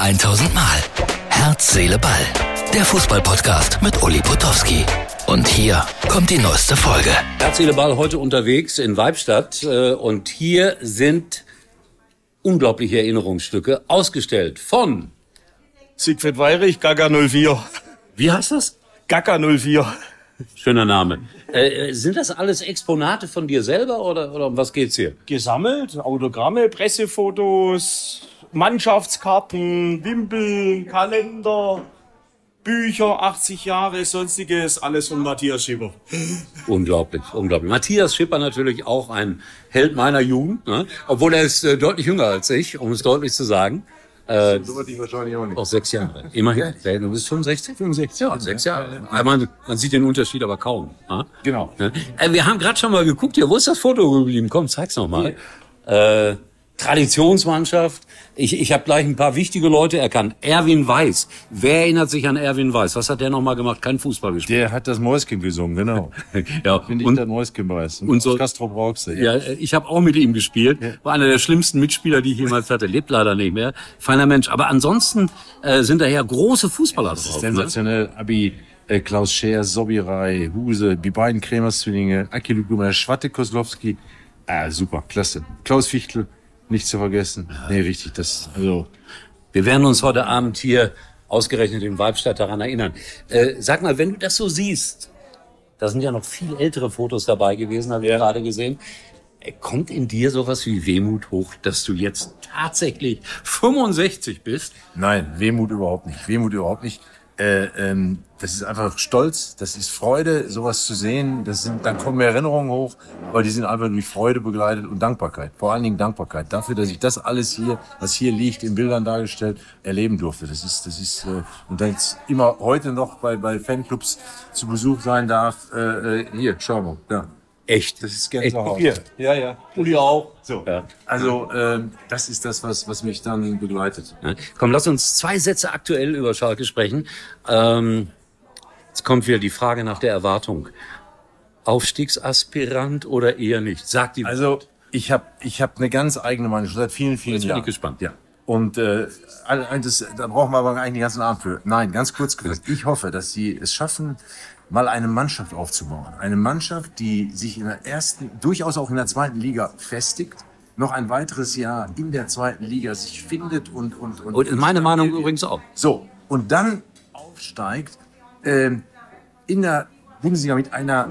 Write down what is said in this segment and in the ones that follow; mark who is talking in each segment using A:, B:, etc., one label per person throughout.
A: 1000 Mal. Herz, Seele, Ball. Der Fußballpodcast mit Uli Potowski. Und hier kommt die neueste Folge.
B: Herz, Seele, Ball heute unterwegs in Weibstadt. äh, Und hier sind unglaubliche Erinnerungsstücke ausgestellt von.
C: Siegfried Weirich, Gaga 04.
B: Wie heißt das?
C: Gaga 04.
B: Schöner Name. Äh, äh, sind das alles Exponate von dir selber oder, oder um was geht's hier?
C: Gesammelt, Autogramme, Pressefotos, Mannschaftskarten, Wimpel, Kalender, Bücher, 80 Jahre, sonstiges, alles von Matthias Schieber.
B: Unglaublich, unglaublich. Matthias Schipper natürlich auch ein Held meiner Jugend, ne? obwohl er ist äh, deutlich jünger als ich, um es deutlich zu sagen. Äh,
D: So wird ich wahrscheinlich auch nicht.
B: auch sechs Jahre. Immerhin. Du bist 65? 65. Ja, sechs Jahre. Man, man sieht den Unterschied aber kaum. ne?
D: Genau.
B: Ne? Äh, wir haben gerade schon mal geguckt hier. Wo ist das Foto geblieben? Komm, zeig's nochmal. Äh, Traditionsmannschaft. Ich, ich habe gleich ein paar wichtige Leute erkannt. Erwin Weiß. Wer erinnert sich an Erwin Weiß? Was hat der nochmal gemacht? Kein Fußball gespielt.
D: Der hat das Mäuschen gesungen, genau.
B: Ja,
D: Bin ich
B: und-
D: der Mäuschenpreis.
B: und so-
D: Castro brauchst du.
B: Ja, äh, ich habe auch mit ihm gespielt. War einer der schlimmsten Mitspieler, die ich jemals hatte. Lebt leider nicht mehr. Feiner Mensch. Aber ansonsten äh, sind daher große Fußballer
D: Das ist
B: drauf. Ne?
D: sensationell. Abi, äh, Klaus Scher, Sobirei, Huse, die beiden Kremers-Zwillinge, Akil Gumer, Schwatte Koslowski. Ah, super, klasse. Klaus Fichtel, nicht zu vergessen. Nee, richtig, das, also,
B: Wir werden uns heute Abend hier ausgerechnet in Weibstadt daran erinnern. Äh, sag mal, wenn du das so siehst, da sind ja noch viel ältere Fotos dabei gewesen, habe ich gerade gesehen. Äh, Kommt in dir sowas wie Wehmut hoch, dass du jetzt tatsächlich 65 bist?
D: Nein, Wehmut überhaupt nicht. Wehmut überhaupt nicht. Äh, ähm, das ist einfach Stolz, das ist Freude, sowas zu sehen. Das sind, dann kommen Erinnerungen hoch, aber die sind einfach durch Freude begleitet und Dankbarkeit. Vor allen Dingen Dankbarkeit dafür, dass ich das alles hier, was hier liegt, in Bildern dargestellt, erleben durfte. Das ist, das ist äh, und dann jetzt immer heute noch bei bei Fanclubs zu Besuch sein darf. Äh, äh, hier, schau mal, da.
B: Echt?
D: Das ist Gänsehaut.
C: Hier, ja, ja. Uli auch. So.
B: Ja.
D: Also ähm, das ist das, was was mich dann begleitet.
B: Ja. Komm, lass uns zwei Sätze aktuell über Schalke sprechen. Ähm, jetzt kommt wieder die Frage nach der Erwartung. Aufstiegsaspirant oder eher nicht? Sag die.
D: Also ich habe ich hab eine ganz eigene Meinung schon seit vielen, vielen
B: Jetzt bin
D: Jahren.
B: ich gespannt, ja.
D: Und äh, all- all das, da brauchen wir aber eigentlich den ganzen Abend für. Nein, ganz kurz gesagt, ich hoffe, dass sie es schaffen, mal eine Mannschaft aufzubauen. Eine Mannschaft, die sich in der ersten, durchaus auch in der zweiten Liga festigt, noch ein weiteres Jahr in der zweiten Liga sich findet und... Und, und,
B: Und meine Meinung übrigens auch.
D: so, und dann aufsteigt ähm, in der Bundesliga mit einer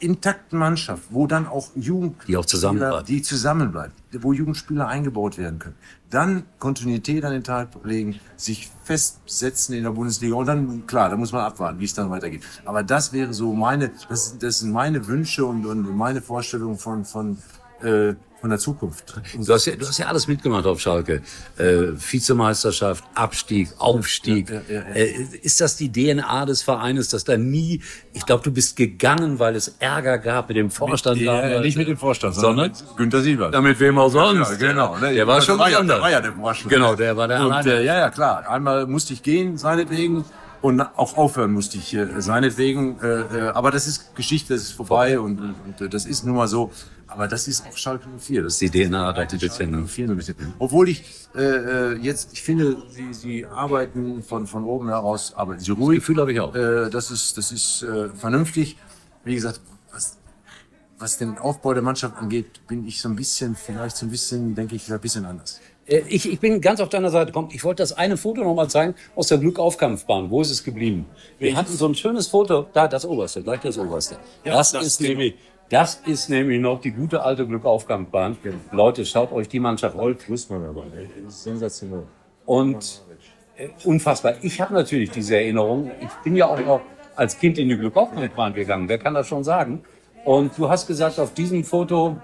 D: intakten Mannschaft, wo dann auch Jugendspieler,
B: Die auch zusammenbleibt.
D: die zusammenbleibt, wo Jugendspieler eingebaut werden können. Dann Kontinuität an den Tag legen, sich festsetzen in der Bundesliga und dann, klar, da muss man abwarten, wie es dann weitergeht. Aber das wäre so meine, das, das sind meine Wünsche und, und meine Vorstellungen von, von, äh, von der Zukunft.
B: Du hast, ja, du hast ja alles mitgemacht auf Schalke. Äh, Vizemeisterschaft, Abstieg, Aufstieg.
D: Ja, ja, ja, ja.
B: Äh, ist das die DNA des Vereins, dass da nie, ich glaube, du bist gegangen, weil es Ärger gab mit dem Vorstand.
D: Ja,
B: damals.
D: nicht mit dem Vorstand,
B: sondern
D: sondern, mit Günter Siebert.
B: Ja, mit wem auch sonst.
D: Ja, genau. Ne?
B: Der war schon
D: war ja,
B: anders.
D: der war ja der Vorstand.
B: Genau, der war der
D: Und,
B: alleine.
D: äh, ja, ja, klar. Einmal musste ich gehen, seinetwegen. Und auch aufhören musste ich äh, seinetwegen. Äh, äh, aber das ist Geschichte, das ist vorbei und, und, äh, das ist nun mal so. Aber das ist auch Schalke 04. Das
B: Die DNA da ein
D: Schalke
B: bisschen, ne?
D: 04 so ein bisschen. Obwohl ich äh, äh, jetzt, ich finde, sie, sie arbeiten von, von oben heraus, arbeiten sie ruhig.
B: Gefühl habe ich auch.
D: Äh, das ist, das ist äh, vernünftig. Wie gesagt, was, was den Aufbau der Mannschaft angeht, bin ich so ein bisschen, vielleicht so ein bisschen, denke ich, ein bisschen anders.
B: Äh, ich, ich bin ganz auf deiner Seite. Komm, ich wollte das eine Foto nochmal zeigen aus der Glückaufkampfbahn. Wo ist es geblieben? Wir hatten so ein schönes Foto. Da, das oberste, gleich das oberste. das,
C: das
B: ist
C: genau.
B: nämlich, das ist nämlich noch die gute alte Glückaufkampfbahn. Leute, schaut euch die Mannschaft an.
D: Muss man aber. ne? Sensationell.
B: Und äh, unfassbar. Ich habe natürlich diese Erinnerung. Ich bin ja auch noch als Kind in die Glückaufkampfbahn gegangen. Wer kann das schon sagen? Und du hast gesagt, auf diesem Foto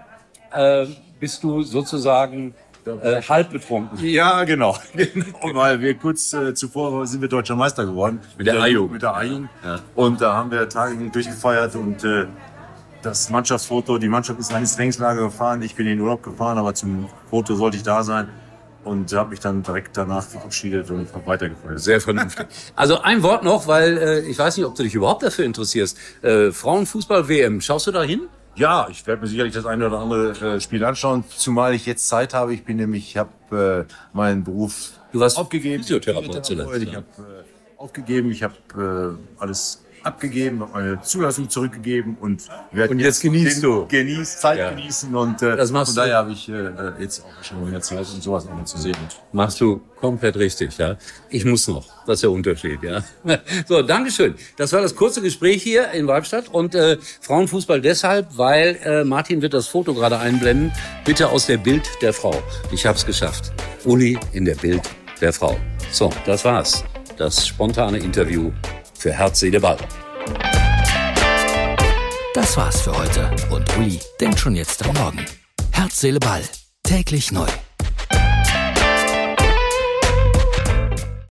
B: äh, bist du sozusagen äh, halb betrunken.
D: Ja, genau. genau. Weil wir kurz äh, zuvor sind wir deutscher Meister geworden.
B: Mit der A-Jugend.
D: Mit der A-Jugend. Und da haben wir Tage durchgefeiert und äh, das Mannschaftsfoto, die Mannschaft ist ins Trainingslager gefahren. Ich bin in den Urlaub gefahren, aber zum Foto sollte ich da sein und habe mich dann direkt danach verabschiedet und hab weitergefeiert.
B: Sehr vernünftig. Also ein Wort noch, weil äh, ich weiß nicht, ob du dich überhaupt dafür interessierst. Äh, Frauenfußball-WM, schaust du da hin?
D: Ja, ich werde mir sicherlich das eine oder andere äh, Spiel anschauen, zumal ich jetzt Zeit habe. Ich bin nämlich, ich habe äh, meinen Beruf
B: Du warst
D: aufgegeben.
B: Physiotherapeut zuletzt. ne?
D: Ich
B: ja.
D: habe äh, aufgegeben, ich habe äh, alles abgegeben, habe meine Zulassung zurückgegeben und werde
B: Und jetzt genießt du.
D: Genieß, Zeit
B: Ja.
D: genießen und äh,
B: Das machst
D: von daher
B: du.
D: habe ich äh, jetzt auch schon mehr Zeit, um sowas auch mal zu sehen.
B: Machst du komplett richtig, ja. Ich muss noch. Das ist der Unterschied, ja. So, Dankeschön. Das war das kurze Gespräch hier in Weibstadt und äh, Frauenfußball deshalb, weil äh, Martin wird das Foto gerade einblenden. Bitte aus der Bild der Frau. Ich hab's geschafft. Uli in der Bild der Frau. So, das war's. Das spontane Interview für Herz, Seele, Ball.
A: Das war's für heute und Uli denkt schon jetzt am Morgen. Herz, Seele, Ball. Täglich neu.